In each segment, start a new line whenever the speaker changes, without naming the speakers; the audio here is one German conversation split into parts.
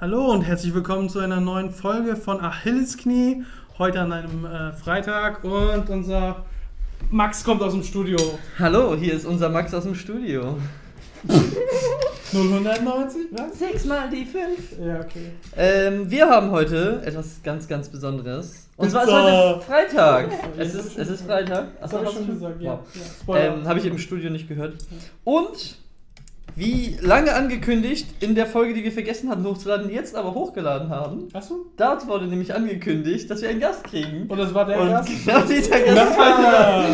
Hallo und herzlich willkommen zu einer neuen Folge von Achilles Knie. Heute an einem äh, Freitag und unser Max kommt aus dem Studio.
Hallo, hier ist unser Max aus dem Studio.
090, was?
Sechsmal die fünf.
Ja, okay.
Ähm, wir haben heute etwas ganz, ganz Besonderes. Und zwar ist
Pizza.
heute Freitag.
Ja,
Es
das
ist,
hab ich
es
schon
ist Freitag.
Das
Achso,
habe ich
hast
schon
du-
gesagt, ja.
Wow.
ja. Spoiler.
Ähm, Habe ich im Studio nicht gehört. Und wie lange angekündigt in der Folge, die wir vergessen hatten hochzuladen, jetzt aber hochgeladen haben,
Achso?
dort wurde nämlich angekündigt, dass wir einen Gast kriegen.
Und das war der
Und
Gast?
genau dieser Gast war
Ja.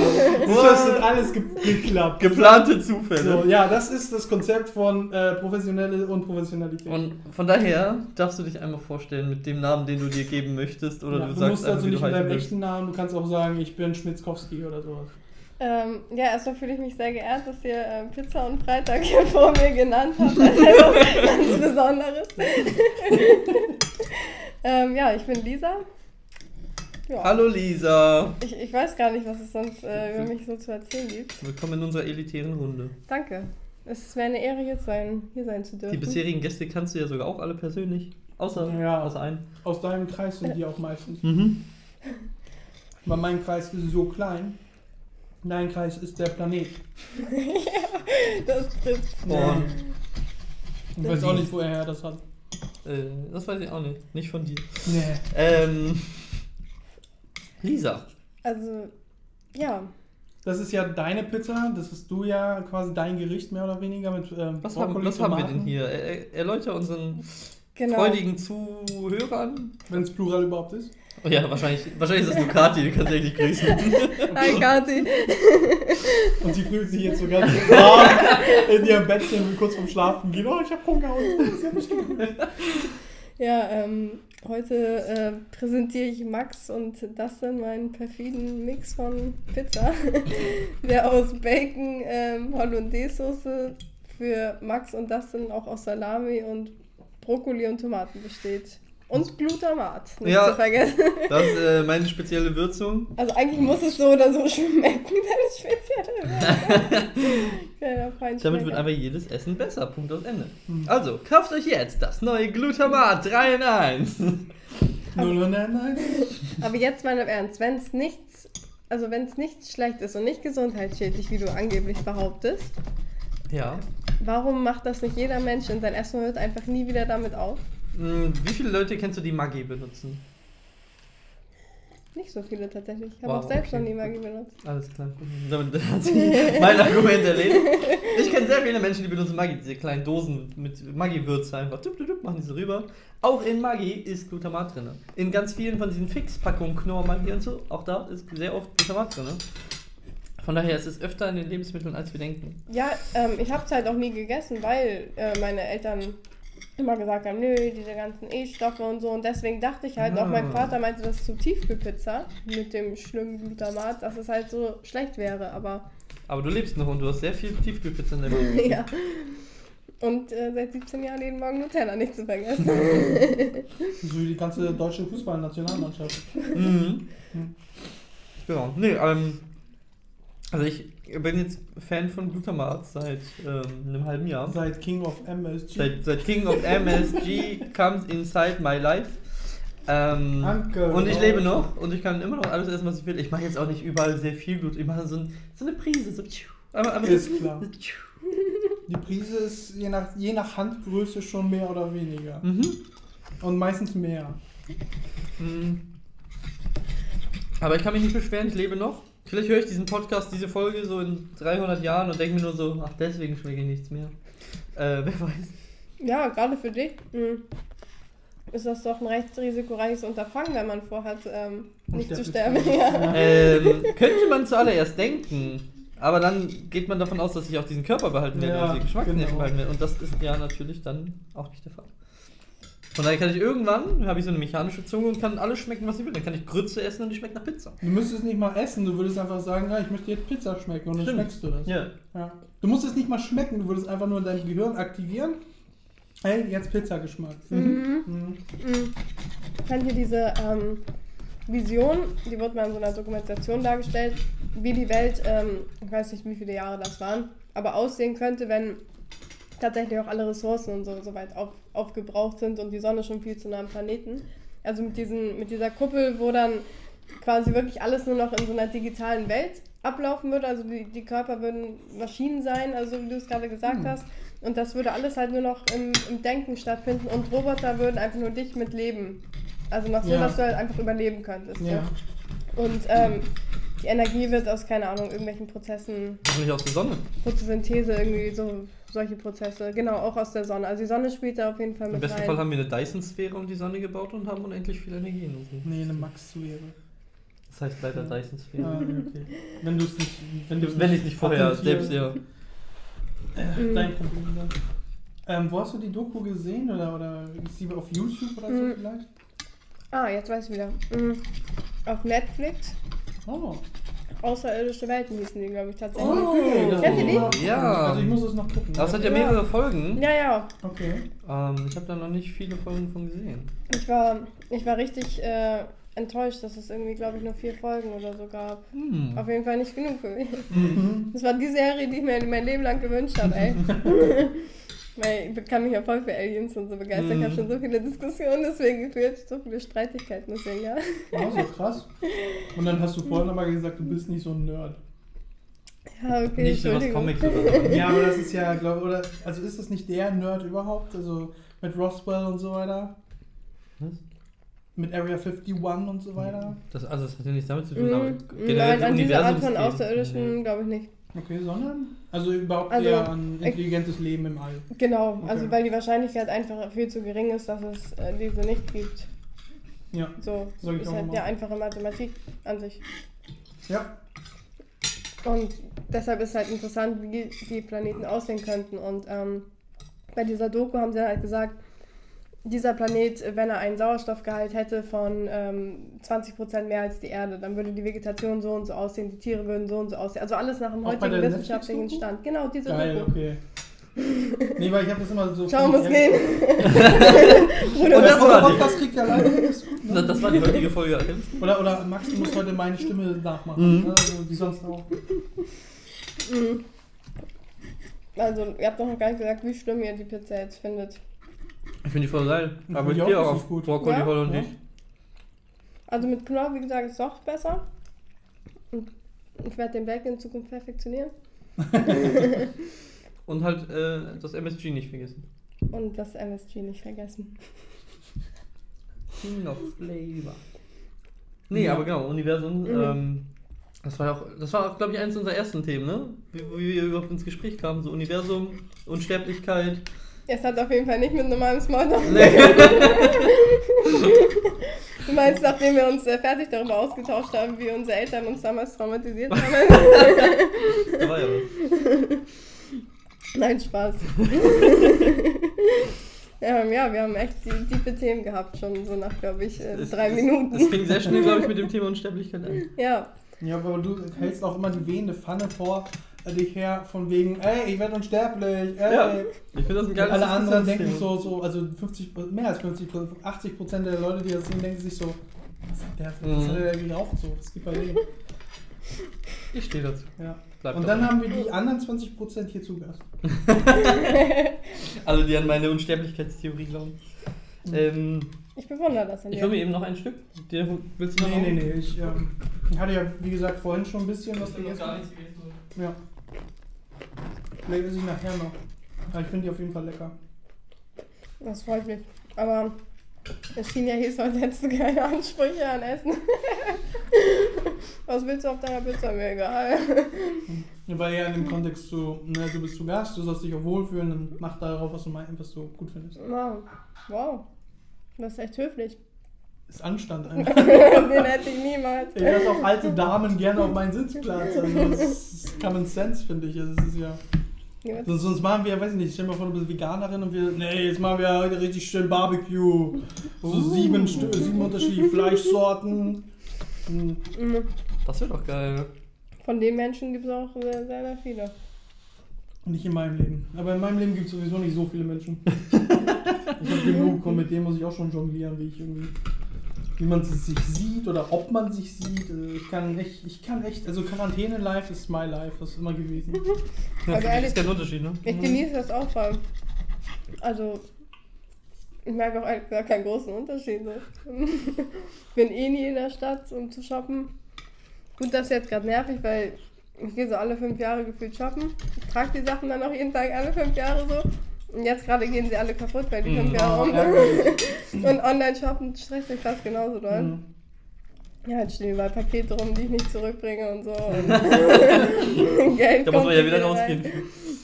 Das hat alles ge geklappt.
geplante
So,
Zufälle.
ja, das ist das Konzept von äh, professionelle Unprofessionalität.
Und von daher darfst du dich einmal vorstellen mit dem Namen, den du dir geben möchtest. Oder
ja,
du,
du
sagst
musst
einfach,
also
wie
nicht
du
mit deinem
heißen willst.
echten Namen, du kannst auch sagen, ich bin Schmitzkowski oder sowas.
Ähm, ja, erstmal fühle ich mich sehr geehrt, dass ihr ähm, Pizza und Freitag hier vor mir genannt habt. Also ganz Besonderes. ähm, ja, ich bin Lisa. Ja.
Hallo Lisa.
Ich, ich weiß gar nicht, was es sonst äh, über mich so zu erzählen gibt.
Willkommen in unserer elitären Runde.
Danke. Es ist mir eine Ehre, hier sein, hier sein zu dürfen.
Die bisherigen Gäste kannst du ja sogar auch alle persönlich. Außer,
Ja.
außer einen.
Aus deinem Kreis sind die auch meistens.
Mhm.
Weil mein Kreis ist so klein. Dein Kreis ist der Planet.
Das trifft.
Oh. Und
Ich weiß auch nicht, woher er das hat.
äh, das weiß ich auch nicht. Nicht von dir.
Nee.
Ähm, Lisa.
Also, ja.
Das ist ja deine Pizza, das ist du ja quasi dein Gericht mehr oder weniger mit ähm,
Was haben, was haben wir denn hier? Er, er- erläuter unseren
Genau.
freudigen Zuhörern.
Wenn es plural überhaupt ist.
Oh ja, wahrscheinlich, wahrscheinlich ist es nur Kathi, du kannst eigentlich grüßen.
Hi, Kati.
Und sie fühlt sich jetzt so ganz warm in ihrem Bettchen kurz vorm Schlafen gehen. Oh, ich hab Hunger. Und sie hat mich geweckt.
Ja, ähm, heute äh, präsentiere ich Max und Dustin meinen perfiden Mix von Pizza, der aus Bacon, ähm, Hollandaise-Soße für Max und Dustin auch aus Salami und Brokkoli und Tomaten besteht. Und Glutamat, nicht
Ja.
zu vergessen.
Das ist äh, meine spezielle Würzung.
Also eigentlich muss es so oder so schmecken, deine spezielle Kleiner
Damit wird
Feinschmecker.
einfach jedes Essen besser. Punkt aus Ende. Also, kauft euch jetzt das neue Glutamat 3 in 1.
099.
Aber jetzt mal im Ernst, wenn es nichts, also wenn es nicht schlecht ist und nicht gesundheitsschädlich, wie du angeblich behauptest,
Ja.
warum macht das nicht jeder Mensch und sein Essen hört einfach nie wieder damit auf?
Hm, Wie viele Leute kennst du, die Maggi benutzen?
Nicht so viele tatsächlich. Ich habe
Wow,
auch selbst
okay.
noch nie Maggi benutzt.
Alles klar. Damit hat sich mein Argument erledigt. Ich kenne sehr viele Menschen, die benutzen Maggi, diese kleinen Dosen mit Maggi-Würze einfach. Tup, tup, tup, machen diese rüber. Auch in Maggi ist Glutamat drin. In ganz vielen von diesen Fix-Packungen, Knorr, Maggi und so, auch da ist sehr oft Glutamat drin. Von daher ist es öfter in den Lebensmitteln, als wir denken.
Ja, ähm, ich habe es halt auch nie gegessen, weil äh, meine Eltern immer gesagt haben, nö, diese ganzen E-Stoffe und so. Und deswegen dachte ich halt, auch mein
Ah.
Vater meinte, das ist zu Tiefkühlpizza mit dem schlimmen Glutamat, dass es halt so schlecht wäre. Aber
Aber du lebst noch und du hast sehr viel Tiefkühlpizza in deinem Leben.
ja. Und äh, seit 17 Jahren jeden Morgen Nutella nicht zu vergessen.
So wie die ganze deutsche Fußballnationalmannschaft.
Mhm.
Hm.
Genau. Nee, ähm, also ich bin jetzt Fan von Glutamat seit ähm, einem halben Jahr.
Seit King of MSG.
Seit, seit King of MSG comes inside my life. Ähm,
Danke.
Und ich lebe noch und ich kann immer noch alles essen, was ich will. Ich mache jetzt auch nicht überall sehr viel Glut. Ich mache so, ein, so eine Prise. So, tschiu. aber, aber
Ist klar.
tschiu.
Die Prise ist je nach, je nach Handgröße schon mehr oder weniger.
Mhm.
Und meistens mehr.
Mhm. Aber ich kann mich nicht beschweren, ich lebe noch. Vielleicht höre ich diesen Podcast, diese Folge so in 300 Jahren und denke mir nur so, ach deswegen schmecke ich nichts mehr. Äh, wer weiß.
Ja, gerade für dich mh, ist das doch ein recht risikoreiches Unterfangen, wenn man vorhat, ähm, nicht zu sterben. Ja.
Ähm, könnte man zuallererst denken. Aber dann geht man davon aus, dass ich auch diesen Körper behalten werde
Ja,
und die Geschmacksnerven
genau.
behalten werde. Und das ist ja natürlich dann auch nicht der Fall. Von daher kann ich irgendwann, habe ich so eine mechanische Zunge und kann alles schmecken, was ich will. Dann kann ich Grütze essen und die schmeckt nach Pizza.
Du müsstest nicht mal essen, du würdest einfach sagen, ja, ich möchte jetzt Pizza schmecken und dann
Stimmt.
schmeckst du das.
Ja.
Ja. Du musst es nicht mal schmecken, du würdest einfach nur in deinem Gehirn aktivieren. Hey, jetzt Pizzageschmack.
Mhm.
Mhm.
Mhm. Kennt ihr diese ähm, Vision, die wurde mal in so einer Dokumentation dargestellt, wie die Welt, ähm, ich weiß nicht, wie viele Jahre das waren, aber aussehen könnte, wenn tatsächlich auch alle Ressourcen und so, so weit auf, aufgebraucht sind und die Sonne schon viel zu nah am Planeten. Also mit, diesen, mit dieser Kuppel, wo dann quasi wirklich alles nur noch in so einer digitalen Welt ablaufen würde. Also die, die Körper würden Maschinen sein, also wie du es gerade gesagt hast. Und das würde alles halt nur noch im, im Denken stattfinden und Roboter würden einfach nur dich mit Leben. Also noch so,
Ja.
dass du halt einfach überleben könntest.
Ja.
Ne? Und ähm, die Energie wird aus, keine Ahnung, irgendwelchen Prozessen
Natürlich aus der Sonne.
Photosynthese irgendwie, so solche Prozesse. Genau, auch aus der Sonne. Also die Sonne spielt da auf jeden Fall
Im
mit
besten
rein.
Fall haben wir eine Dyson-Sphäre um die Sonne gebaut und haben unendlich viel Energie in uns.
Nee, eine Max-Sphäre.
Das heißt leider Dyson-Sphäre.
Ja, Wenn du es nicht. Wenn, du's
Wenn ich nicht vorher
patentier-
selbst, ja.
Mhm.
Äh, Dein Problem dann. Ähm, wo hast du die Doku gesehen? Oder, oder ist sie auf YouTube oder so
Mhm.
vielleicht?
Ah, jetzt weiß ich wieder. Mhm. Auf Netflix.
Oh.
Außerirdische Welten hießen die, glaube ich, tatsächlich.
das
Oh. Kennt
muss
ihr
ich noch-
Ja.
Also ich muss es noch gucken.
Das hat ja
Ja.
mehrere Folgen.
Ja, ja.
Okay.
Ähm, ich habe da noch nicht viele Folgen von gesehen.
Ich war, ich war richtig äh, enttäuscht, dass es irgendwie, glaube ich, nur vier Folgen oder so gab.
Hm.
Auf jeden Fall nicht genug für mich.
Mhm.
Das war die Serie, die ich mir mein Leben lang gewünscht habe, ey. Weil ich kann mich ja voll für Aliens und so begeistern. Ich habe
Mhm.
schon so viele Diskussionen deswegen geführt, so viele Streitigkeiten deswegen, ja.
Oh, so krass. Und dann hast du vorhin nochmal gesagt, du bist nicht so ein Nerd.
Ja, okay,
Nicht so was
Entschuldigung.
Comics oder so.
Ja, aber das ist ja, glaube oder also ist das nicht der Nerd überhaupt? Also mit Roswell und so weiter,
Was?
mit Area 51 und so weiter.
Das, also das hat ja nichts damit zu tun, aber
Mhm.
generell
Nein, an diese Art von
Universumsthemen. Mhm.
Außerirdischen glaube ich nicht.
Okay, sondern? Also überhaupt
Also,
eher ein intelligentes Leben im All.
Genau, also
Okay.
weil die Wahrscheinlichkeit einfach viel zu gering ist, dass es äh, diese nicht gibt.
Ja.
So,
Sag ich
ist
auch
halt
mal.
ja einfache Mathematik an sich.
Ja.
Und deshalb ist halt interessant, wie die Planeten aussehen könnten. Und ähm, bei dieser Doku haben sie halt gesagt, dieser Planet, wenn er einen Sauerstoffgehalt hätte von ähm, 20% mehr als die Erde, dann würde die Vegetation so und so aussehen, die Tiere würden so und so aussehen. Also alles nach dem
Auch bei der
heutigen wissenschaftlichen
Netflix-Doku?
Stand. Genau, diese
Geil,
Doku.
okay. Nee, weil ich habe das immer so.
Ciao, muss gehen.
Und
Oder
das war,
Podcast kriegt ja leider ist gut,
die, das
ne?
war die heutige Folge.
Oder, oder Max, du musst heute meine Stimme nachmachen.
Mhm.
Ne? Also, wie sonst auch.
Mhm. Also, ihr habt doch noch gar nicht gesagt, wie schlimm ihr die Pizza jetzt findet.
Ich finde die voll geil.
Ich
Aber
find
ich
die
gehe
auch
auch auf
richtig gut.
Brokkoli,
Ja?
Holl und
Ja.
ich.
Also mit Knorr, wie gesagt, ist doch besser. Und ich werde den Bacon in Zukunft perfektionieren.
Und halt äh, das MSG nicht vergessen.
Und das MSG nicht vergessen.
King of Flavor. Nee,
Ja.
aber genau, Universum.
Mhm.
Ähm, das war ja auch, das war auch, glaube ich, eines unserer ersten Themen, ne? Wie, wie wir überhaupt ins Gespräch kamen. So Universum, Unsterblichkeit.
Es hat auf jeden Fall nicht mit normalem Smalltalk. Du meinst, nachdem wir uns äh, fertig darüber ausgetauscht haben, wie unsere Eltern uns damals traumatisiert haben?
Da war ja was.
Nein, Spaß. ähm, ja, wir haben echt die, tiefe Themen gehabt, schon so nach, glaube ich, äh,
Es-
drei
es-
Minuten.
Es fing sehr schnell, glaube ich, mit dem Thema Unsterblichkeit an.
Ja,
Ja, aber du hältst auch immer die wehende Pfanne vor äh, dich her, von wegen, ey, ich werde unsterblich, ey.
Ja. Ich finde das ein
Und
geiles
alle anderen denken
Diskussionsthema.
so, so, also 50, mehr als 50, 80 Prozent der Leute, die das sehen, denken sich so, was hat der, was
Mhm.
hat der denn geraucht so? Was geht bei dem?
Ich stehe dazu.
Ja.
Bleibt
Und
dabei.
dann haben wir die anderen 20 Prozent hier zu Gast.
Alle, die an meine Unsterblichkeitstheorie glauben. Ähm,
ich bewundere das an
ich
dir.
hole mir eben noch ein Stück. Dir, willst du noch
Nee, nee,
einen?
nee, ich ähm, hatte ja, wie gesagt, vorhin schon ein bisschen was
Ich hab noch gar
gegessen.
nichts gegessen.
Ja. Vielleicht esse ich nachher noch. Aber ich finde die auf jeden Fall lecker.
Das freut mich. Aber es schien ja hieß, heute hättest du keine Ansprüche an Essen. Was willst du auf deiner Pizza? Mir egal.
Ja, weil ja in dem Kontext so, ne, du bist zu Gast, du sollst dich auch wohlfühlen, dann mach darauf, was du meinst, was du gut findest.
Wow. Wow. Das ist echt höflich.
Ist Anstand einfach.
Den hätte ich niemals.
Ich lasse auch alte Damen gerne auf meinen Sitzplatz. Also das ist Common Sense, finde ich. Das ist ja.
Niemals.
Sonst, sonst machen wir, weiß ich nicht, stell dir mal vor, du bist Veganerin und wir. Nee, jetzt machen wir heute richtig schön Barbecue. So sieben, Stö- sieben unterschiedliche Fleischsorten. Hm,
Mhm.
Das wird doch geil.
Von den Menschen gibt es auch sehr, sehr sehr viele.
Nicht in meinem Leben. Aber in meinem Leben gibt es sowieso nicht so viele Menschen. Ich habe genug und mit dem muss ich auch schon jonglieren, wie ich irgendwie. wie man sie sich sieht oder ob man sich sieht. Also Ich kann echt, ich kann echt, also Quarantäne-Life ist my life, das ist immer gewesen.
Ja, für dich
ehrlich.
ist kein Unterschied, ne?
Ich genieße das auch voll. Also, ich merke auch ehrlich gesagt keinen großen Unterschied. So. Bin eh nie in der Stadt, um zu shoppen. Gut, das ist jetzt gerade nervig, weil ich gehe so alle fünf Jahre gefühlt shoppen. Ich trage die Sachen dann auch jeden Tag alle fünf Jahre so. Und jetzt gerade gehen sie alle kaputt, weil die
Mhm.
fünf Jahre um
ärgerlich.
sind. Und Online-Shoppen stresst mich fast genauso doll.
Mhm.
Ja, jetzt stehen überall Pakete rum, die ich nicht zurückbringe und so. Und Geld
Da muss
kommt
man ja
nicht
wieder
rein.
rausgehen.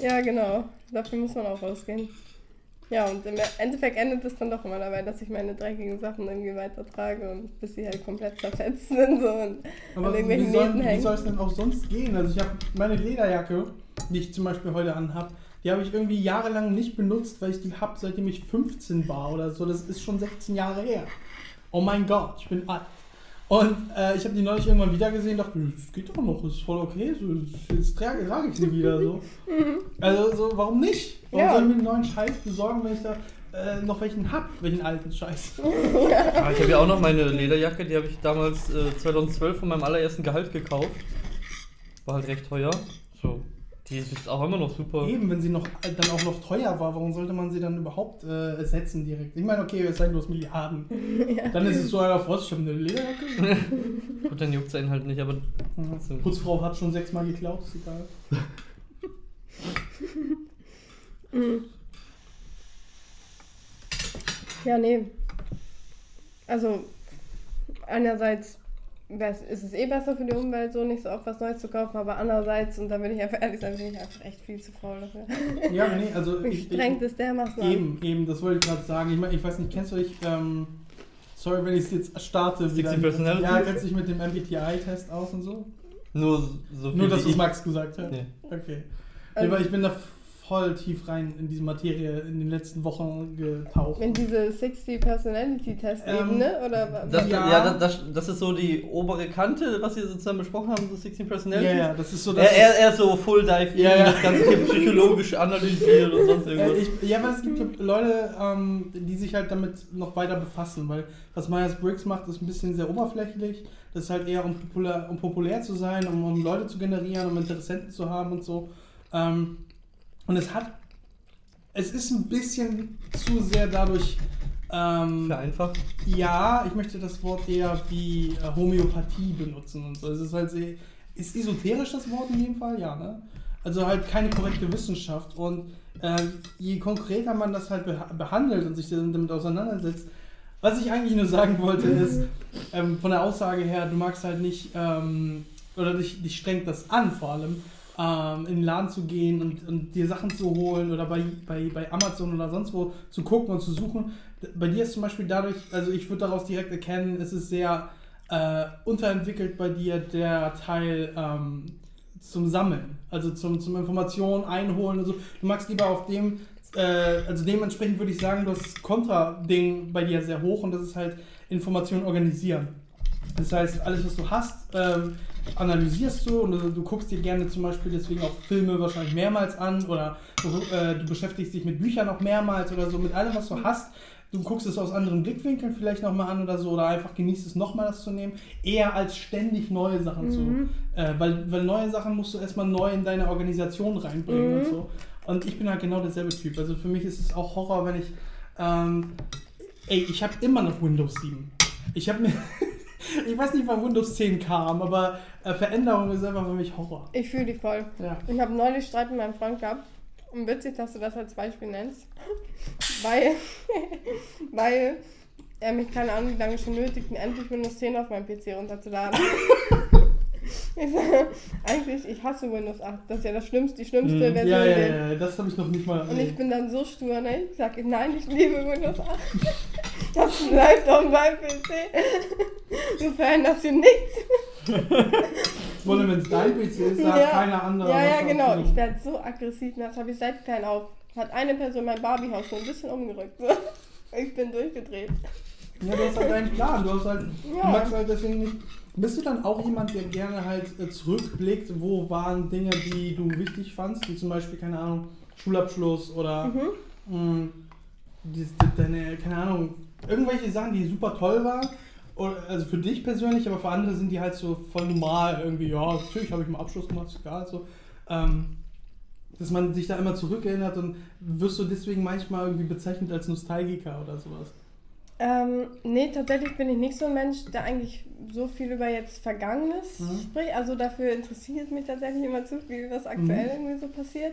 Ja, genau. Dafür muss man auch rausgehen. Ja, und im Endeffekt endet es dann doch immer dabei, dass ich meine dreckigen Sachen irgendwie weitertrage und bis sie halt komplett zerfetzt sind. So. Und
Aber
An
wie
irgendwelchen
soll,
Nähten
wie
hängen.
soll es denn auch sonst gehen? Also ich habe meine Lederjacke, die ich zum Beispiel heute anhab, die habe ich irgendwie jahrelang nicht benutzt, weil ich die habe, seitdem ich 15 war oder so. Das ist schon 16 Jahre her. Oh mein Gott, ich bin alt. Und äh, ich habe die neulich irgendwann wieder gesehen dachte, das geht doch noch, ist voll okay, so, jetzt trage, trage ich sie wieder so. also so, warum nicht? Warum
Mhm. Ja.
soll ich mir einen neuen Scheiß besorgen, wenn ich da äh, noch welchen hab, welchen alten Scheiß?
Ah, ich habe ja auch noch meine Lederjacke, die habe ich damals äh, 2012 von meinem allerersten Gehalt gekauft. War halt recht teuer. So. Die ist jetzt auch immer noch super.
Eben, wenn sie noch, äh, dann auch noch teuer war, warum sollte man sie dann überhaupt äh, ersetzen direkt? Ich meine, okay, es seien bloß Milliarden. Dann ist es so einer Frost, ich habe eine Lederjacke.
Gut, dann juckt es einen halt nicht, aber trotzdem.
Putzfrau hat schon sechsmal geklaut, ist egal.
Hm. Ja, nee. Also, einerseits wär's- ist es eh besser für die Umwelt, so nicht so oft was Neues zu kaufen, aber andererseits, und da bin ich einfach ehrlich sein, bin ich einfach echt viel zu faul dafür.
Ja, nee, also
Mich
ich, ich,
strengt es dermaßen an.
eben, eben, das wollte ich gerade sagen. Ich meine, ich weiß nicht, kennst du dich, ähm, sorry, wenn ich es jetzt starte, wieder.
Personality?
Ja, kennst du dich mit dem MBTI-Test aus und so?
Nur so viel.
Nur, dass
wie
es
ich.
Max gesagt hat.
Nee.
Okay.
Ähm.
Aber ich bin da voll tief rein in diese Materie in den letzten Wochen getaucht.
In diese 60 Personality-Test-Ebene?
Ähm,
oder wa-
Das,
Ja.
ja, das, das, das ist so die obere Kante, was wir sozusagen besprochen haben, so 16
Ja,
Personalities.
ja, das ist so das.
Er, er, er ist so Full Dive,
Ja, ja.
das Ganze hier psychologisch analysiert und sonst
Äh,
irgendwas.
ich, ja, aber es gibt glaub, Leute, ähm, die sich halt damit noch weiter befassen, weil was Myers-Briggs macht, ist ein bisschen sehr oberflächlich. Das ist halt eher, um populär, um populär zu sein, um, um Leute zu generieren, um Interessenten zu haben und so. Ähm, und es hat, es ist ein bisschen zu sehr dadurch, ähm,
Vereinfacht.
ja, ich möchte das Wort eher wie äh, Homöopathie benutzen und so. Es ist halt sehr, ist esoterisch das Wort in dem Fall, ja, ne? Also halt keine korrekte Wissenschaft und äh, je konkreter man das halt beha- behandelt und sich damit auseinandersetzt, was ich eigentlich nur sagen wollte ist, ähm, von der Aussage her, du magst halt nicht, ähm, oder dich, dich strengt das an vor allem, ähm, in den Laden zu gehen und, und dir Sachen zu holen oder bei, bei, bei Amazon oder sonst wo zu gucken und zu suchen. D- Bei dir ist zum Beispiel dadurch, also ich würde daraus direkt erkennen, es ist sehr äh, unterentwickelt bei dir der Teil ähm, zum Sammeln, also zum, zum Informationen einholen und so. Du magst lieber auf dem, äh, also dementsprechend würde ich sagen, du hast das Kontra-Ding bei dir sehr hoch und das ist halt Informationen organisieren. Das heißt, alles, was du hast, ähm, analysierst du und du, du guckst dir gerne zum Beispiel deswegen auch Filme wahrscheinlich mehrmals an oder du, äh, du beschäftigst dich mit Büchern auch mehrmals oder so, mit allem, was du hast. Du guckst es aus anderen Blickwinkeln vielleicht nochmal an oder so oder einfach genießt es nochmal, das zu nehmen, eher als ständig neue Sachen
Mhm.
zu. Äh, weil, weil neue Sachen musst du erstmal neu in deine Organisation reinbringen und
Mhm.
so. Und ich bin halt genau derselbe Typ. Also für mich ist es auch Horror, wenn ich. Ähm, ey, ich habe immer noch Windows 7. Ich habe mir. Ich weiß nicht, wann Windows 10 kam, aber äh, Veränderung ist einfach für mich Horror.
Ich fühle dich voll.
Ja.
Ich habe neulich Streit mit meinem Freund gehabt. Und witzig, dass du das als Beispiel nennst. weil, weil er mich keine Ahnung, wie lange schon nötigten, endlich Windows 10 auf meinem PC runterzuladen. ich sag, eigentlich, ich hasse Windows 8. Das ist ja das schlimmste, die schlimmste
Mhm.
Version.
Ja, ja,
der-
ja, ja, das habe ich noch nicht mal.
Und ich bin dann so stur, ne? Ich sage, nein, ich liebe Windows 8. Das bleibt auf meinem PC. Du veränderst hier nichts.
Vor allem, wenn es dein PC ist, da
Ja.
hat keiner anderer.
Ja,
was
ja,
drauf
genau.
genommen.
Ich werde so aggressiv, das habe ich seit klein auf. Hat eine Person mein Barbiehaus so ein bisschen umgerückt. Ich bin durchgedreht.
Ja, du hast halt deinen Plan. Du hast halt.
Ja.
Du magst halt deswegen nicht. Bist du dann auch jemand, der gerne halt äh, zurückblickt, wo waren Dinge, die du wichtig fandst, wie zum Beispiel, keine Ahnung, Schulabschluss oder mm, mh, dies- de- deine, keine Ahnung, irgendwelche Sachen, die super toll waren oder- also für dich persönlich, aber für andere sind die halt so voll normal irgendwie, ja, natürlich habe ich mal Abschluss gemacht, ist egal, so. Ähm, dass man sich da immer zurückerinnert und wirst du deswegen manchmal irgendwie bezeichnet als Nostalgiker oder sowas.
Ähm, nee, tatsächlich bin ich nicht so ein Mensch, der eigentlich so viel über jetzt Vergangenes
Mhm.
spricht. Also dafür interessiert mich tatsächlich immer zu viel, was
Mhm.
aktuell irgendwie so passiert.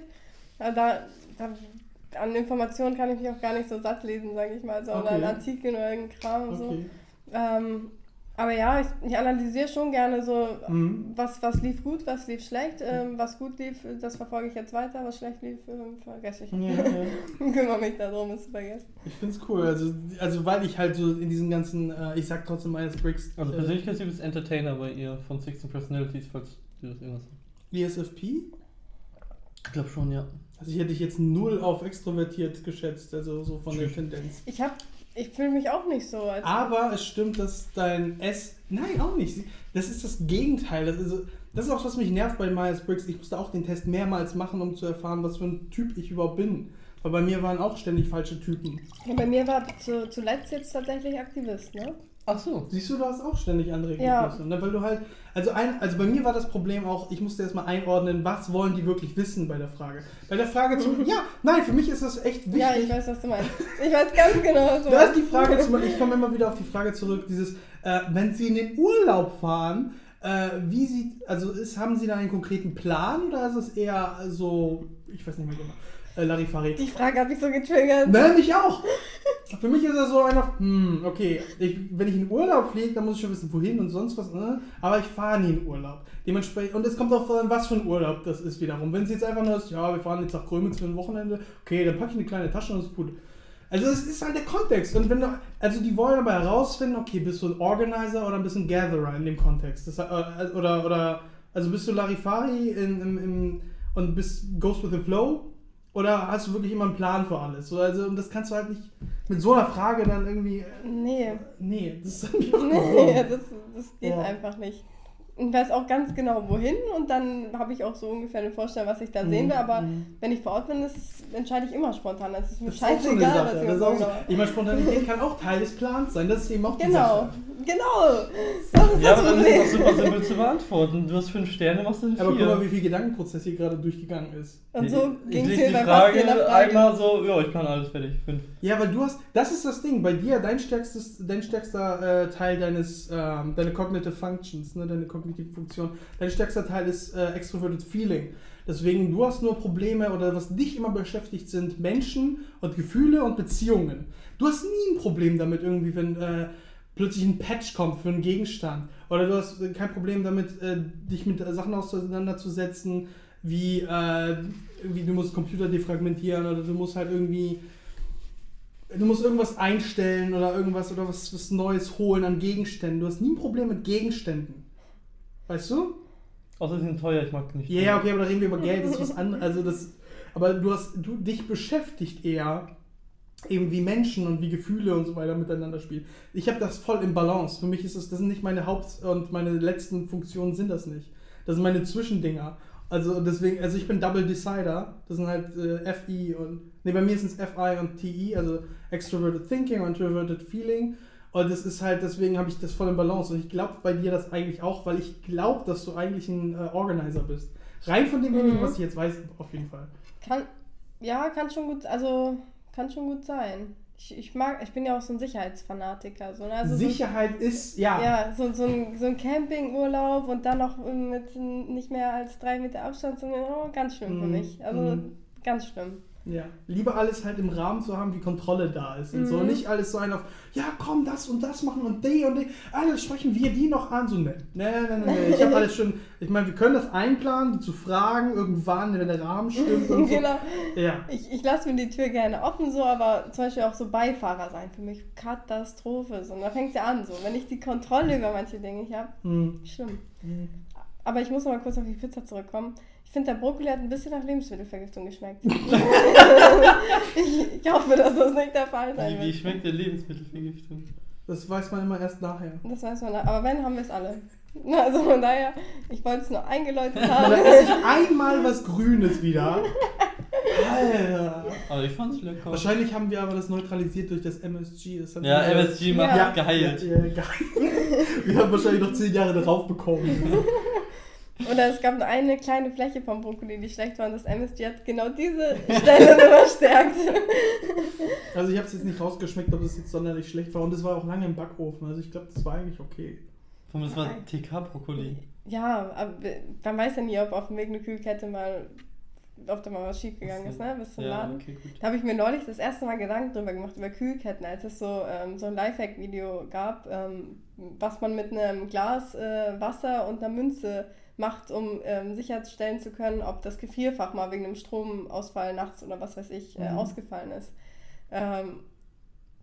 Aber da, da, an Informationen kann ich mich auch gar nicht so satt lesen, sage ich mal. So, Oder an
Okay.
Artikeln oder irgendein Kram. und So.
Okay.
Ähm, aber ja, ich, ich analysiere schon gerne so,
Mhm.
was, was lief gut, was lief schlecht. Ähm, was gut lief, das verfolge ich jetzt weiter. Was schlecht lief, ähm, vergesse ich.
Ja, ja.
Kümmere mich darum, es zu vergessen.
Ich find's cool, also, also weil ich halt so in diesen ganzen, äh, ich sag trotzdem alles Bricks,
Also
äh,
Persönlichkeitstyp ist Entertainer bei ihr von 16 Personalities, falls du das irgendwas
E ESFP,
Ich glaube schon, ja.
also ich hätte dich jetzt null auf extrovertiert geschätzt, also so von der
Tschüss.
Tendenz.
Ich hab, ich fühle mich auch nicht so, als
Aber es stimmt, dass dein S. Nein, auch nicht. Das ist das Gegenteil. Das ist, das ist auch, was mich nervt bei Myers Briggs. Ich musste auch den Test mehrmals machen, um zu erfahren, was für ein Typ ich überhaupt bin. Weil bei mir waren auch ständig falsche Typen.
Ja, bei mir war zu, zuletzt jetzt tatsächlich Aktivist, ne?
Ach so.
Siehst du, du hast auch ständig andere
Ja.
Ergebnisse. Ne? Weil du halt, also, ein, also bei mir war das Problem auch, ich musste erstmal einordnen, was wollen die wirklich wissen bei der Frage. Bei der Frage zu, ja, nein, für mich ist das echt wichtig.
Ja, ich weiß, was du meinst. Ich weiß ganz genau, was du
Da
meinst.
ist die Frage, zum, ich komme immer wieder auf die Frage zurück, dieses, äh, wenn Sie in den Urlaub fahren, äh, wie sieht, also ist, haben Sie da einen konkreten Plan oder ist es eher so, ich weiß nicht mehr genau, äh, Larifari?
Die Frage hat mich so getriggert.
Ne, mich auch. Für mich ist das so einfach, hm, okay, ich, wenn ich in den Urlaub fliege, dann muss ich schon wissen, wohin und sonst was, ne? aber ich fahre nie in den Urlaub. Dementsprechend, und es kommt auch an, was für ein Urlaub das ist wiederum. Wenn es jetzt einfach nur ist, ja, wir fahren jetzt nach Grömitz für ein Wochenende, okay, dann packe ich eine kleine Tasche und ist gut. Also es ist halt der Kontext. Und wenn du, also die wollen aber herausfinden, okay, bist du ein Organizer oder bist du ein Gatherer in dem Kontext? Das, äh, oder, oder, also bist du Larifari in, im, im, und bist Goes with the Flow? Oder hast du wirklich immer einen Plan für alles? So, also, und das kannst du halt nicht mit so einer Frage dann irgendwie. äh,
Nee.
Nee, das ist irgendwie auch
Nee,
nee.
das, das geht
Oh. Ja.
einfach nicht. Ich weiß auch ganz genau, wohin und dann habe ich auch so ungefähr eine Vorstellung, was ich da
Mhm,
sehen will. Aber
mhm.
wenn ich vor Ort bin, das ist- entscheide ich immer spontan. Das ist mir
Das ist auch so eine
scheißegal, was
Sache.
ich
Das ist
so
auch so,
genau.
ich meine, Spontanität kann auch Teil des Plans sein. Das ist eben auch die
Genau,
Sache.
genau. Das ist
Ja,
das
aber dann ist das
Problem.
super simpel zu beantworten. Du hast fünf Sterne, machst du eine
Aber guck mal,
vier.
wie viel Gedankenprozess hier gerade durchgegangen ist.
Und so
Ich-
ging
ich
es
lese
mir
die
bei fast
Frage,
jeder Frage.
einmal so, ja, ich plan alles fertig. Fünf.
Ja, weil du hast, das ist das Ding, bei dir, dein, stärkstes, dein stärkster äh, Teil deines, ähm, deine Cognitive Functions, ne, deine kognitive Funktion, dein stärkster Teil ist äh, Extroverted Feeling. Deswegen, du hast nur Probleme oder was dich immer beschäftigt sind Menschen und Gefühle und Beziehungen. Du hast nie ein Problem damit irgendwie, wenn äh, plötzlich ein Patch kommt für einen Gegenstand. Oder du hast äh, kein Problem damit, äh, dich mit äh, Sachen auseinanderzusetzen, wie, äh, wie du musst Computer defragmentieren oder du musst halt irgendwie Du musst irgendwas einstellen oder irgendwas oder was, was Neues holen an Gegenständen. Du hast nie ein Problem mit Gegenständen. Weißt du?
Außer sie sind teuer, ich mag die nicht.
Ja, ja, okay, aber da reden wir über Geld, das ist was anderes. Also das, aber du hast, du dich beschäftigt eher eben wie Menschen und wie Gefühle und so weiter miteinander spielen. Ich habe das voll im Balance. Für mich ist das, das sind nicht meine Haupt- und meine letzten Funktionen sind das nicht. Das sind meine Zwischendinger. Also deswegen, also ich bin Double Decider. Das sind halt äh, FI und nee, bei mir sind es FI und TI, also Extroverted Thinking und Introverted Feeling. Und das ist halt, deswegen habe ich das voll im Balance. Und ich glaube bei dir das eigentlich auch, weil ich glaube, dass du eigentlich ein äh, Organizer bist. Rein von dem wenigen,
Mhm.
was ich jetzt weiß, auf jeden Fall.
Kann, ja, kann schon gut, also kann schon gut sein. Ich, ich mag, ich bin ja auch so ein Sicherheitsfanatiker. So, ne? also
Sicherheit ist,
So,
ja.
ja, so, so, ein, so ein Campingurlaub und dann noch mit nicht mehr als drei Meter Abstand, sondern oh, ganz schlimm für
Mhm.
mich. Also
Mhm.
ganz schlimm.
Ja, lieber alles halt im Rahmen zu haben, wie Kontrolle da ist und so.
Mhm.
Nicht alles so ein auf, ja komm, das und das machen und die und die. Ah, dann sprechen wir die noch an. So, ne, ne, ne, ne. ne. Ich habe alles schon, ich meine, wir können das einplanen, die zu fragen, irgendwann, wenn der Rahmen stimmt und so.
genau.
Ja.
Ich, ich lasse mir die Tür gerne offen, so, aber zum Beispiel auch so Beifahrer sein für mich Katastrophe. So. Und da fängt es ja an, so. Wenn ich die Kontrolle über manche Dinge nicht habe,
Hm.
schlimm.
Mhm.
Hm.
Aber ich muss noch mal kurz auf die Pizza zurückkommen. Ich finde, der Brokkoli hat ein bisschen nach Lebensmittelvergiftung geschmeckt. ich, ich hoffe, dass das nicht der Fall sein
Wie, wie
wird.
schmeckt der Lebensmittelvergiftung?
Das weiß man immer erst nachher.
Das weiß man, aber wenn, haben wir es alle. Also von daher, ich wollte es nur eingeläutet
Da
haben.
esse ich einmal was Grünes wieder. Alter.
Aber ich fand's lecker.
Wahrscheinlich haben wir aber das neutralisiert durch das MSG. Das hat
Ja,
wieder-
MSG macht
Ja.
geheilt.
Ja, ja, geil. wir haben wahrscheinlich noch zehn Jahre darauf bekommen.
Oder es gab nur eine kleine Fläche vom Brokkoli, die schlecht war und das MSG hat genau diese Stelle verstärkt.
Also ich habe es jetzt nicht rausgeschmeckt, ob es jetzt sonderlich schlecht war. Und es war auch lange im Backofen. Also ich glaube, das war eigentlich okay.
Warum das war TK-Brokkoli?
Ja, aber man weiß ja nie, ob auf dem Weg eine Kühlkette mal, ob da mal was schief gegangen ist, ne? Bis zum
ja,
Laden.
Okay, gut.
Da habe ich mir neulich das erste Mal Gedanken drüber gemacht, über Kühlketten, als es so, ähm, so ein Lifehack-Video gab, ähm, was man mit einem Glas äh, Wasser und einer Münze macht, um ähm, sicherstellen zu können, ob das Gefrierfach mal wegen einem Stromausfall nachts oder was weiß ich äh,
Mhm.
ausgefallen ist. Ähm,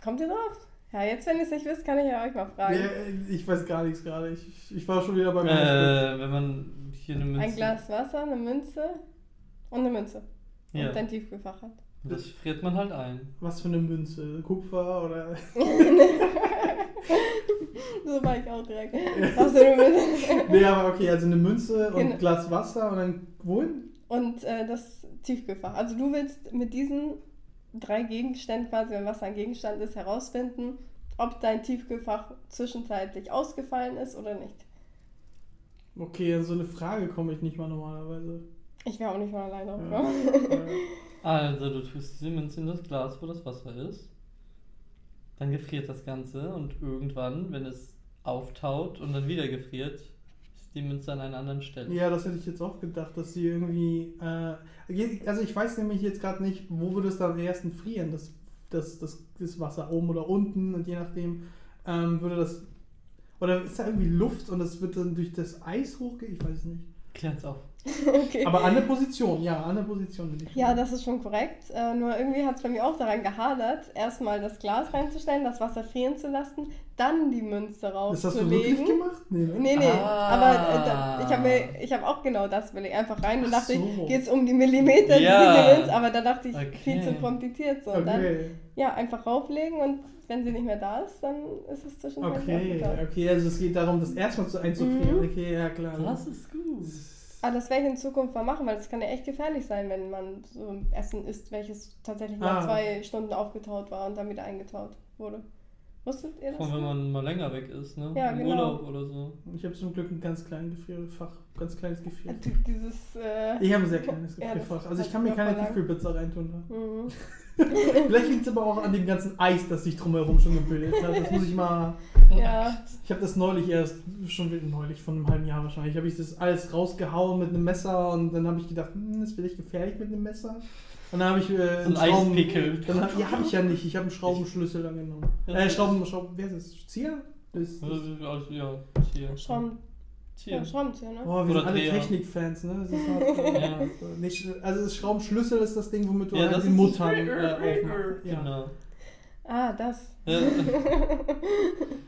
kommt ihr drauf? Ja, jetzt, wenn ihr es nicht wisst, kann ich ja euch mal fragen.
Nee, ich weiß gar nichts gerade. Ich, ich war schon wieder beim Beispiel.
Äh, wenn man hier eine Münze.
Ein Glas Wasser, eine Münze und eine Münze.
Ja.
Und ein Tiefkühlfach hat.
Das friert man halt ein.
Was für eine Münze? Kupfer oder...
So war ich auch direkt. Auch so eine Münze.
nee, aber okay, also eine Münze und
Genau.
ein Glas Wasser und dann wohin?
Und äh, das Tiefkühlfach. Also du willst mit diesen drei Gegenständen quasi, wenn Wasser ein Gegenstand ist, herausfinden, ob dein Tiefkühlfach zwischenzeitlich ausgefallen ist oder nicht.
Okay, an so eine Frage komme ich nicht mal normalerweise.
Ich wäre auch nicht mal alleine drauf.
Ja.
gekommen.
Äh,
Also, du tust diese Münze in das Glas, wo das Wasser ist. Dann gefriert das Ganze und irgendwann, wenn es auftaut und dann wieder gefriert, ist die Münze an einer anderen Stelle.
ja, das hätte ich jetzt auch gedacht, dass sie irgendwie... Äh, je- also ich weiß nämlich jetzt gerade nicht, wo würde es dann am ersten frieren? Das, das, das, das Wasser oben oder unten und je nachdem ähm, würde das... Oder ist da irgendwie Luft und das wird dann durch das Eis hochgehen? Ich weiß es nicht.
Klärt's auf.
Okay.
Aber an der Position, ja, an der Position bin ich.
Ja, das ist schon korrekt. Äh, nur irgendwie hat es bei mir auch daran gehadert, erstmal das Glas reinzustellen, das Wasser frieren zu lassen, dann die Münze
Ist das so wirklich
raufzulegen.
gemacht? Nee, ne?
Nee, nee,
Ah.
aber äh, da, ich habe ich hab auch genau das will ich einfach rein und
Ach
dachte,
so.
geht es um die Millimeter,
Ja.
die Differenz, aber da dachte ich,
Okay.
viel zu kompliziert. So. Und Dann,
Okay,
ja, einfach rauflegen und wenn sie nicht mehr da ist, dann ist es zwischendurch
okay,
abgetaucht.
okay, also es geht darum, das erstmal zu einzufrieren.
Mhm.
Okay, ja klar.
Das ist gut.
Aber Ah, das werde ich in Zukunft mal machen, weil das kann ja echt gefährlich sein, wenn man so ein Essen isst, welches tatsächlich
Ah.
mal zwei Stunden aufgetaut war und dann wieder eingetaut wurde. Wusstet ihr das?
Vor allem, wenn man mal länger weg ist, ne?
Ja,
Im
genau.
Urlaub oder so.
Ich habe zum Glück ein ganz kleines Gefrierfach, ganz kleines
Äh,
Gefrierfach.
die- Dieses, äh,
Ich habe ein sehr kleines
Ja, das
Gefrierfach. also
hat
ich kann mir
mir
keine
verlangt.
Tiefkühlpizza reintun. Ne?
mhm.
Vielleicht liegt es aber auch an dem ganzen Eis, das sich drumherum schon gebildet hat. Das muss ich mal.
ja.
Ich habe das neulich erst, schon wieder neulich, von einem halben Jahr wahrscheinlich, habe ich das alles rausgehauen mit einem Messer und dann habe ich gedacht, hm, das ist vielleicht gefährlich mit einem Messer. Und dann habe ich. Äh,
So
einen
ein
Schrauben-
Eispickel.
Dann hab, ja, habe ich ja nicht. Ich habe einen Schraubenschlüssel angenommen.
Ja,
Äh,
das-
Schrauben, Schrauben, wer ist das? Zieher? Das, das,
Also, ja, Tier.
Schrauben,
Tier.
ja, Schraubenzieher, ne?
boah, wir
Oder
sind alle
Dreher.
Technikfans, ne? Das ist hart.
Ja.
nicht, also das Schraubenschlüssel ist das Ding, womit du
Ja,
halt
das
die
ist-
Mutter äh, aufmachst. Ja.
Genau.
Ah, das.
Ja,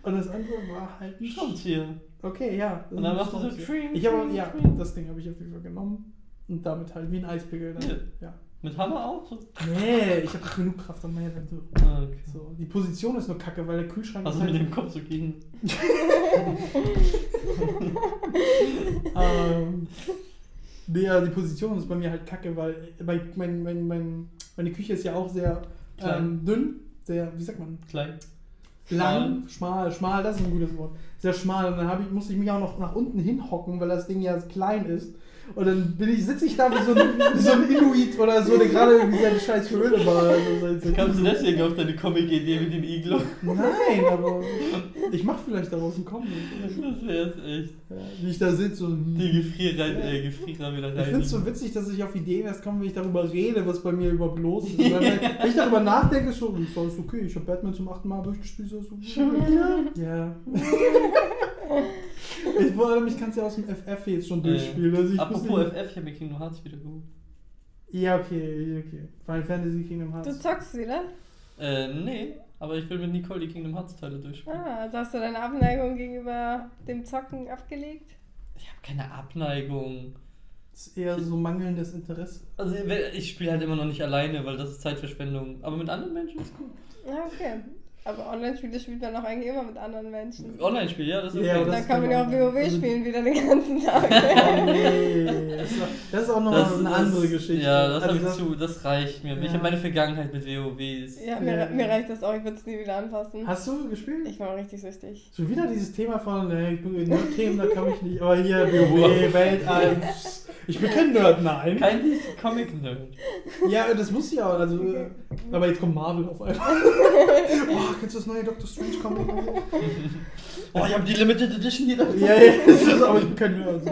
Und das andere war halt ein
schon
Schraubenzieher.
Tier.
Okay, ja. das
Und
ist
dann
ein
machst du so
Schraubenzieher.
Tring,
Ich habe,
Tring,
ja,
Tring.
das Ding habe ich auf jeden Fall genommen. Und damit halt wie ein Eispickel. Dann,
Ja.
ja.
Mit Hammer auch? So.
Nee, ich habe doch genug Kraft am Herd. So.
Ah, okay.
So. Die Position ist nur kacke, weil der Kühlschrank
Also
ist
mit
halt,
dem Kopf so gegen.
ähm, nee, ja, die Position ist bei mir halt kacke, weil bei, mein, mein, mein, meine Küche ist ja auch sehr ähm,
Klein.
dünn, sehr, wie sagt man,
Klein.
lang, schmal, schmal, das ist ein gutes Wort, sehr schmal. Und dann hab ich, musste ich mich auch noch nach unten hinhocken, weil das Ding ja klein ist. Und dann bin ich, sitze ich da wie so ein, wie so ein Inuit oder so, der gerade irgendwie seine scheiß Höhle war. Also sein- sein-
Kamst du deswegen auf deine Comic-Idee mit dem Iglo?
Nein, aber ich mache vielleicht daraus einen Comic.
Das wär's echt.
Ja, wie ich da sitze und...
Die Gefrierrein, äh, Gefrierer wieder rein.
Ich finde es so witzig, dass ich auf Ideen erst komme, wenn ich darüber rede, was bei mir überhaupt los ist. Weil Wenn wenn ich darüber nachdenke, ist so, ist alles okay, ich habe Batman zum achten Mal durchgespielt. So, ist okay. Ja. ich wollte mich kannst ja aus dem FF jetzt schon durchspielen. Also ich muss
Äh, Apropos
nicht-
FF, ich habe mir Kingdom Hearts wieder geholt.
Ja, okay, okay. Final Fantasy Kingdom
Du
Hearts.
zockst wieder?
Äh, nee, aber ich will mit Nicole die Kingdom Hearts Teile durchspielen.
Ah, also hast du deine Abneigung gegenüber dem Zocken abgelegt?
Ich habe keine Abneigung.
Das ist eher so mangelndes Interesse.
Also ich spiele halt immer noch nicht alleine, weil das ist Zeitverschwendung. Aber mit anderen Menschen ist gut.
Ja, Ah, okay. Aber Online-Spiele spielt man auch eigentlich immer mit anderen Menschen.
Online-Spiel, ja, das ist
Ja,
okay.
aber
Da
das
kann man ja auch
kann man- Also
WoW spielen, wieder den ganzen Tag.
Oh nee, das ist- das ist auch nochmal
Das-
eine
das-
andere Geschichte.
Ja, das, hab
also
ich zu, das reicht mir. Ich
Ja.
habe meine Vergangenheit mit WoW. ist-
ja, mir,
Ja.
mir reicht das auch, ich würde es nie wieder anfassen.
Hast du gespielt?
Ich war richtig süchtig.
Schon wieder dieses Thema von, ey, ich bin in Nerd-Themen, da kann ich nicht. Aber hier, WoW, Weltall. pst, Ich bin kein Nerd, nein.
Kein Comic-Nerd.
Ja, das muss ich auch. Also, äh, aber jetzt kommt Marvel auf einmal. Boah, kennst du das neue Doctor Strange Comic?
Oh, ich habe die Limited Edition hier.
ja, ja, das ist, aber ich also. bin kein Nerd. So.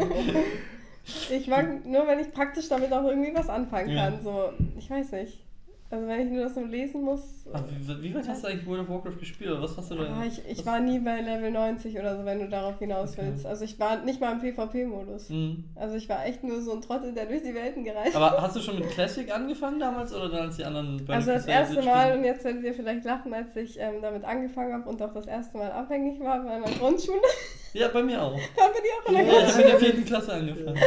Ich mag nur, wenn ich praktisch damit auch irgendwie was anfangen
Ja.
kann. So, ich weiß nicht. Also wenn ich nur das so lesen muss.
Aber Wie, wie weit hast du eigentlich World of Warcraft gespielt? Oder was hast du da?
Ah, ich, ich war nie bei Level 90 oder so, wenn du darauf hinaus
Okay.
willst. Also ich war nicht mal im PvP-Modus.
Hm.
Also ich war echt nur so ein Trottel, der durch die Welten gereist
Aber hast du schon mit Classic angefangen damals oder dann als die anderen bei
Also das
Crystal
erste
Edge
Mal,
spielen?
und jetzt werdet ihr vielleicht lachen, als ich ähm, damit angefangen habe und auch das erste Mal abhängig war bei meiner Grundschule,
Ja, bei mir auch.
haben wir die auch in
Ja,
der
ich
Grundschule.
habe in der vierten Klasse angefangen.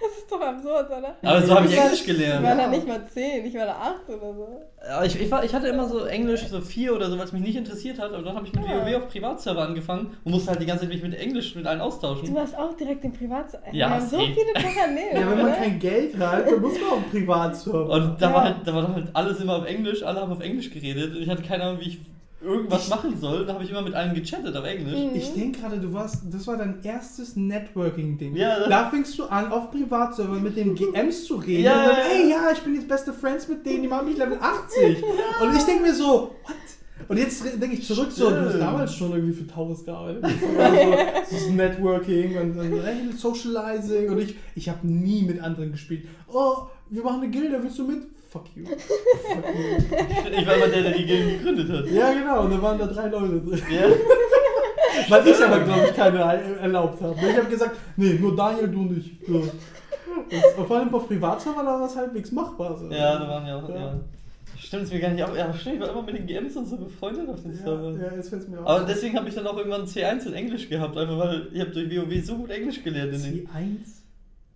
Das ist doch absurd, oder?
Aber so habe ich
Ich war-
Englisch
Ich
gelernt.
war da nicht mal 10, ich war da 8 oder so.
Ja, Ich, ich, war, ich hatte immer so Englisch, so vier oder so, weil es mich nicht interessiert hat. Aber dann habe ich mit
Ja.
WoW auf Privatserver angefangen und musste halt die ganze Zeit mich mit Englisch mit allen austauschen.
Du warst auch direkt im Privat.
Ja,
wir haben so
safe.
viele Parallelen.
Ja, wenn man
oder?
kein Geld hat, dann muss man auch privat surfen.
Und da,
Ja.
war halt, da war dann halt alles immer auf Englisch, alle haben auf Englisch geredet und ich hatte keine Ahnung, wie ich irgendwas machen soll. Da habe ich immer mit allen gechattet auf
Hm.
Englisch.
Ich denke gerade, du warst, das war dein erstes Networking-Ding.
Ja, das-
da fingst du an, auf Privatserver mit den GMs zu reden.
Ja,
und dann,
ja, ja.
ey, ja, ich bin jetzt beste Friends mit denen, die machen mich Level 80. Und ich denke mir so, what? Und jetzt denke ich zurück so, du hast
Stimmt.
damals schon irgendwie für Taurus gearbeitet. Also, das ist Networking und, und ey, Socializing. Und ich, ich habe nie mit anderen gespielt. Oh, wir machen eine Gilde, willst du mit? Fuck you. Fuck you.
Ich war immer der, der die Gilden gegründet hat.
Ja, genau. Und da waren da drei Leute drin.
Ja.
Weil ich aber, glaube ich, keine erlaubt habe. Ich habe gesagt, nee, nur Daniel, du nicht. So. Das, vor allem auf Privatserver war das halbwegs machbar. So.
Ja, da waren ja auch.
Ja.
Ja. Stimmt, ist mir gar nicht auf. Ja, stimmt, ich war immer mit den GMs und so befreundet auf den Servern.
Ja, ja, jetzt fällt mir auf.
Aber deswegen habe ich dann auch irgendwann C1 in Englisch gehabt, einfach weil ich habe durch WoW so gut Englisch gelernt. In den,
C1?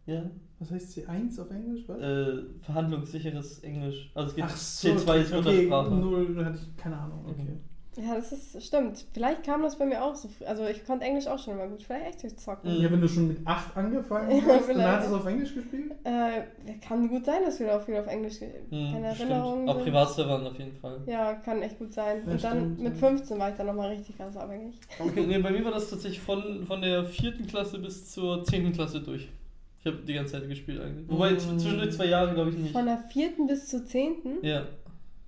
ja,
Was heißt C1 auf Englisch? Was?
äh, verhandlungssicheres Englisch. Also es gibt
Ach so,
C2 ist
okay,
Muttersprache.
null, hatte ich keine Ahnung. Okay.
Ja, das ist stimmt. Vielleicht kam das bei mir auch so früh. Also ich konnte Englisch auch schon mal gut. Vielleicht echt durch Zocken.
Mhm.
Ja, wenn du schon mit 8 angefangen
Ja,
hast, dann
vielleicht.
hast du es auf Englisch gespielt?
Äh, kann gut sein, dass wir auch viel auf Englisch ge-
Hm,
keine
stimmt.
Erinnerungen.
Auf
sind.
Privatservern auf jeden Fall.
Ja, kann echt gut sein.
Ja,
Und dann
stimmt,
mit
ja.
15 war ich dann nochmal richtig ganz abhängig.
Okay, nee, bei mir war das tatsächlich von, von der vierten Klasse bis zur zehnten Klasse durch. Ich habe die ganze Zeit gespielt eigentlich. Wobei
Hm.
z- zwischendurch zwei Jahre, glaube ich, nicht.
Von der vierten bis zur zehnten?
Ja.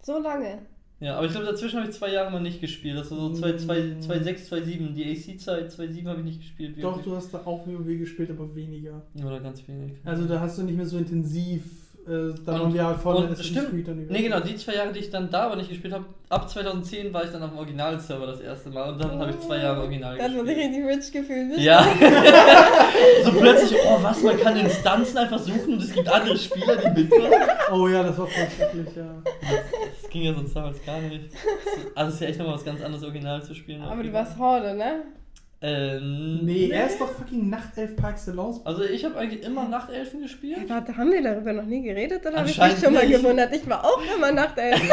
So lange.
Ja, aber ich glaube, dazwischen habe ich zwei Jahre mal nicht gespielt. Das war so 2,6, 2,7. Die AC-Zeit, 2,7 habe ich nicht gespielt.
Mm. Doch,
wirklich.
du hast da auch WoW gespielt, aber weniger.
Oder ganz wenig.
Also da hast du nicht mehr so intensiv, äh, da
Und-
waren wir halt vorne
und stimmt. Nee, genau, die zwei Jahre, die ich dann da aber nicht gespielt habe, ab 2010 war ich dann auf dem Original-Server das erste Mal und dann habe ich zwei Jahre Original
Da hat man sich
gespielt.
richtig rich gefühlt.
Ja. so plötzlich, oh was, man kann Instanzen einfach suchen und es gibt andere Spieler, die mitmachen.
Oh ja, das war voll schrecklich, ja.
Das ging ja sonst damals gar nicht. Also es ist ja echt nochmal was ganz anderes, Original zu spielen.
Aber du warst Horde, ne?
Ähm,
Nee, er ist doch fucking Nachtelf Park Salons.
Also ich habe eigentlich immer Nachtelfen gespielt.
Äh, Warte, haben wir darüber noch nie geredet oder habe ich mich
Anscheinend
schon mal
nicht.
gewundert? Ich war auch immer Nachtelf.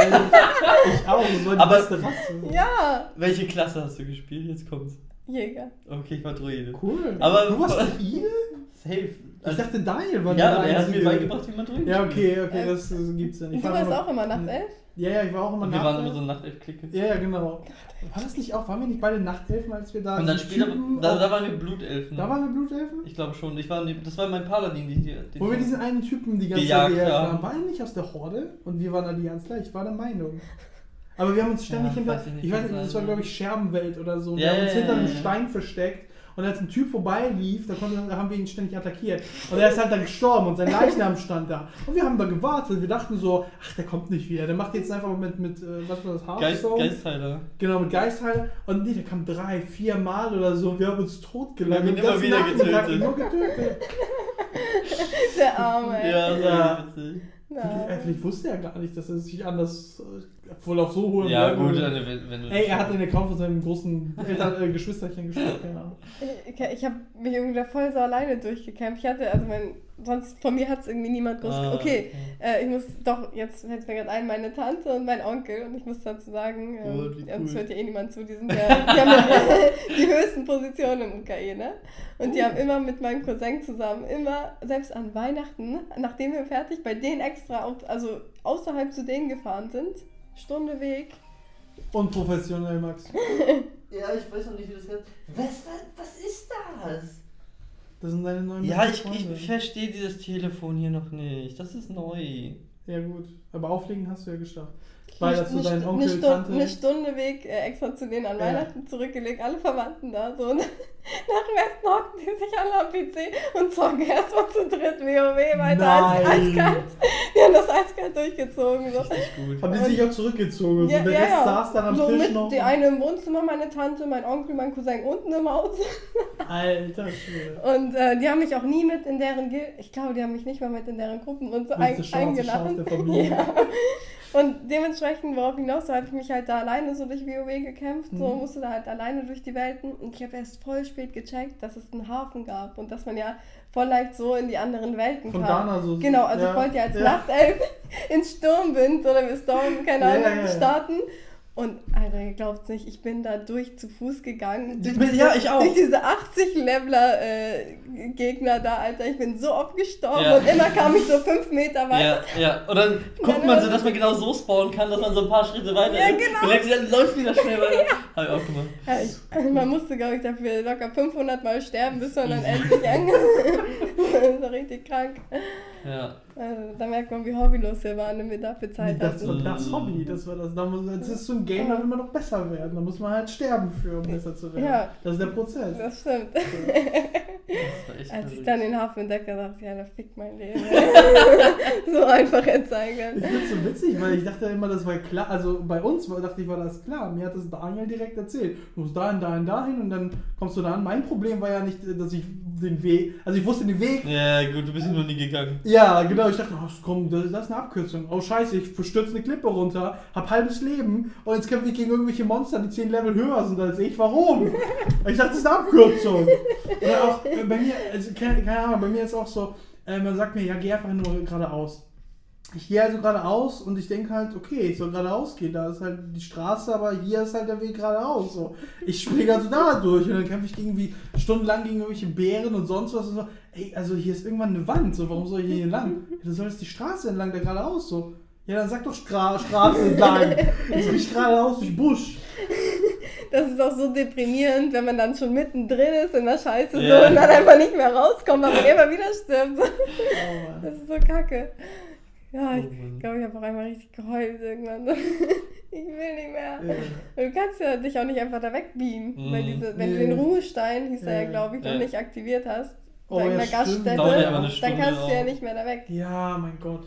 Ich auch, das war die
Aber-
beste Rasse.
ja,
Welche Klasse hast du gespielt? Jetzt kommt's.
Jäger.
Okay, ich war Druide.
Cool.
Aber-
du warst doch Ide?
Safe.
Ich
Also,
dachte, Daniel war
ja,
der
aber er hat mir
Einzige.
beigebracht, wie man Druide
Ja,
spielt.
okay, okay,
Äh,
das äh, gibt's ja
Du
nicht. Ich war
warst
immer-
auch immer Nachtelf?
Ja, ja, ich war auch immer
Und wir waren
Nachtelf.
immer so Nachtelf-Clique.
ja, ja, genau. War das nicht auch, waren wir nicht beide Nachtelfen, als wir da
Und dann
die
später,
Typen
da,
auf-
also da waren wir Blutelfen.
da waren wir Blutelfen?
ich glaube schon. Ich war, ne- das war mein Paladin, die, die, die
Wo wir diesen einen Typen die ganze
Gejagt
Zeit gejagt
haben.
haben. War er nicht aus der Horde? Und wir waren Allianz Ich war der Meinung. Aber wir haben uns ständig
Ja,
hinter.
weiß ich nicht,
ich weiß
kann
nicht, das
sein,
war,
ja.
glaube ich, Scherbenwelt oder so. Und
Ja,
wir haben uns
ja,
hinter
ja,
einem
ja.
Stein versteckt. Und als ein Typ vorbeilief, da, konnte, da haben wir ihn ständig attackiert. Und er ist halt dann gestorben und sein Leichnam stand da. Und wir haben da gewartet. Wir dachten so, ach, der kommt nicht wieder. Der macht jetzt einfach mit, mit äh, was war das,
Geist,
Hearthstone?
Geistheiler.
Genau, mit Geistheiler. Und nee, der kam drei, vier Mal oder so. Wir haben uns totgelacht.
Wir haben ihn
Den ganzen
immer wieder
Nachmittag
getötet.
Nur getötet.
Der Arme. ey.
Äh, Ja, das war
Ja.
witzig.
Vielleicht, äh, vielleicht wusste er gar nicht, dass er sich anders äh, wohl auf so hohem
Ja,
Level-
gut, also wenn, wenn du.
Ey, er hat den Account von seinem großen Eltern, äh, Geschwisterchen gespielt, keine Ahnung.
Ich, ich habe mich irgendwie da voll so alleine durchgekämpft. Ich hatte, also mein, sonst von mir hat es irgendwie niemand groß.
Ah,
okay, äh, ich muss doch, jetzt fällt mir gerade ein, meine Tante und mein Onkel und ich muss dazu sagen, ähm,
Gut, Oh, wie
uns
cool.
hört ja eh niemand zu, die sind ja die, haben die höchsten Positionen im UKE, ne? Und
Oh.
die haben immer mit meinem Cousin zusammen, immer, selbst an Weihnachten, nachdem wir fertig, bei denen extra, auf, also außerhalb zu denen gefahren sind, Stunde Weg.
Unprofessionell, Max.
Ja, ich weiß noch nicht, wie das heißt. Was, was, was ist das?
Das sind deine neuen
Ja, ich,
besten Freunde.
ich verstehe dieses Telefon hier noch nicht. Das ist neu.
Ja, gut. Aber auflegen hast du ja geschafft. Weil
Eine-
das so
eine
dein
Stu-
Onkel,
eine, Stu-
Tante.
eine Stunde Weg äh, extra zu denen an
Ja.
Weihnachten zurückgelegt, alle Verwandten da. So. Und nach Westen hocken die sich alle am PC und zocken erstmal zu dritt WoW weiter als
Nein.
eiskalt. Die haben das eiskalt durchgezogen. So.
Richtig gut.
Haben die sich auch zurückgezogen. und so. der Rest saß dann am
so
Tisch
mit
noch.
Die eine im Wohnzimmer, meine Tante, mein Onkel, mein Cousin unten im Haus.
Alter Schwede.
Und äh, die haben mich auch nie mit in deren, Gil ich glaube, die haben mich nicht mal mit in deren Gruppen und so
Du bist
ein,
das schwarze Schaf der
eingeladen.
Familie.
Ja. Und dementsprechend, worauf hinaus, so habe ich mich halt da alleine so durch WoW gekämpft, so
Mhm.
musste da halt alleine durch die Welten. Und ich habe erst voll spät gecheckt, dass es einen Hafen gab und dass man ja voll leicht so in die anderen Welten
Von
kam.
Dana so.
Genau, also ich wollte ja als Nachtelf in Sturmwind oder wir Storm, keine
Ja,
Ahnung,
ja, ja.
starten. Und Alter, ihr glaubt nicht, ich bin da durch zu Fuß gegangen.
Ich
Durch
bin- ja, ich auch.
Durch diese 80-Leveler-Gegner da, Alter. Ich bin so oft gestorben
Ja.
und immer kam ich so fünf Meter weiter.
Ja, ja. Und dann guckt
Nein,
man
nein.
so, dass man genau so spawnen kann, dass man so ein paar Schritte weiter
Ja,
ist.
genau.
Und dann wieder- läuft wieder schnell weiter. Hab ich auch gemacht.
Ja, ich, man musste, glaube ich, dafür locker 500 Mal sterben, bis man dann endlich angefangen war richtig krank.
Ja.
Also, da merkt man, wie hobbylos wir waren, wenn wir dafür Zeit
Das war
hatten.
das Hobby, das war das. Da muss, das ist so ein Game, da will man noch besser werden. Da muss man halt sterben für, um besser zu werden.
Ja.
Das ist der Prozess.
Das stimmt.
Das war echt
Als ich
verrückt.
dann den Hafen entdecke, dachte ich, ja, da fickt mein Leben. so einfach jetzt sein
Ich
kann.
find's so witzig, weil ich dachte immer, das war klar. Also bei uns war, dachte ich, war das klar. Mir hat das Daniel direkt erzählt. Du musst dahin, dahin, dahin und dann kommst du da an. Mein Problem war ja nicht, dass ich den Weg. Also ich wusste den Weg.
Ja, gut, du bist noch nie gegangen.
Ja, genau. Ich dachte, ach komm, das das ist eine Abkürzung. Oh scheiße, ich stürze eine Klippe runter, hab halbes Leben und jetzt kämpfe ich gegen irgendwelche Monster, die zehn Level höher sind als ich. Warum? Ich dachte, das ist eine Abkürzung. Oder auch äh, bei mir, also keine, keine Ahnung, bei mir ist auch so, äh, man sagt mir, ja, geh einfach nur geradeaus. Ich gehe also geradeaus und ich denke halt, okay, ich soll geradeaus gehen, da ist halt die Straße, aber hier ist halt der Weg geradeaus. So. Ich springe also da durch und dann kämpfe ich gegen wie stundenlang gegen irgendwelche Bären und sonst was und so. Ey, also hier ist irgendwann eine Wand, so warum soll ich hier lang? Ja, du sollst die Straße entlang, da geradeaus so. Ja, dann sag doch Stra Straße entlang. Jetzt bin ich geradeaus durch Busch.
Das ist auch so deprimierend, wenn man dann schon mittendrin ist in der Scheiße so
Ja.
und dann einfach nicht mehr rauskommt, weil man immer wieder stirbt.
Oh, Mann.
Das ist so kacke. Ja, ich
Oh Mann.
glaube, ich habe auch einmal richtig geheult irgendwann. Ich will nicht mehr.
Ja.
Du kannst ja dich auch nicht einfach da wegbeamen,
Mhm.
weil diese, wenn du
Nee.
den Ruhestein, hieß er
Ja.
ja, glaube ich, noch
Ja.
nicht aktiviert hast,
Oh,
bei
ja,
einer
stimmt.
Gaststätte,
Dauert ja immer eine
dann
Stunde
kannst du ja
auch.
nicht mehr da weg.
Ja, mein Gott.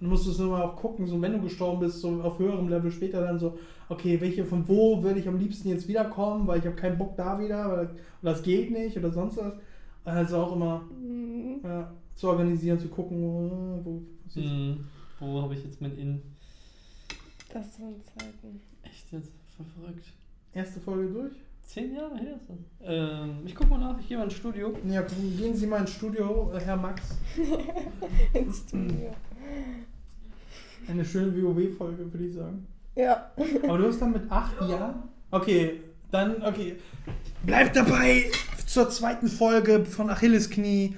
Dann musst du es nochmal auch gucken, so wenn du gestorben bist, so auf höherem Level später dann so, okay, welche von wo würde ich am liebsten jetzt wiederkommen, weil ich habe keinen Bock da wieder, weil oder das geht nicht oder sonst was. Also auch immer
Mhm.
ja, zu organisieren, zu gucken, wo, wo was ist.
Hm, wo habe ich jetzt mein In?
Das sind Zeiten.
Echt jetzt? Voll verrückt.
erste Folge durch.
Zehn Jahre her ist das. Ähm, ich guck mal nach, ich gehe mal ins Studio.
Ja, gehen Sie mal ins Studio, Herr Max.
Ins Studio.
Eine schöne WoW-Folge, würde ich sagen.
Ja.
Aber du hast dann mit 8 Jahren? Okay, dann, okay. Bleibt dabei zur zweiten Folge von Achilles Knie.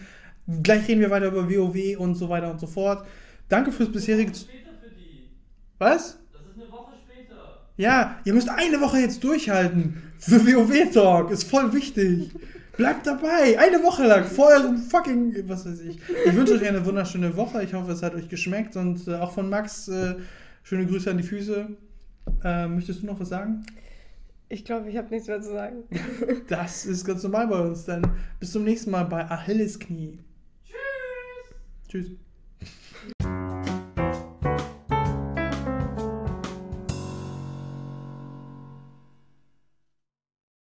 Gleich reden wir weiter über WoW und so weiter und so fort. Danke fürs bisherige. Z
Später für die.
Was?
Das ist eine Woche später.
Ja, ihr müsst eine Woche jetzt durchhalten. Für WoW Talk ist voll wichtig. Bleibt dabei, eine Woche lang, vor eurem fucking, was weiß ich. Ich wünsche euch eine wunderschöne Woche. Ich hoffe, es hat euch geschmeckt und äh, auch von Max äh, schöne Grüße an die Füße. Äh, möchtest du noch was sagen?
Ich glaube, ich habe nichts mehr zu sagen.
Das ist ganz normal bei uns. Dann bis zum nächsten Mal bei Achilles Knie. Tschüss. Tschüss.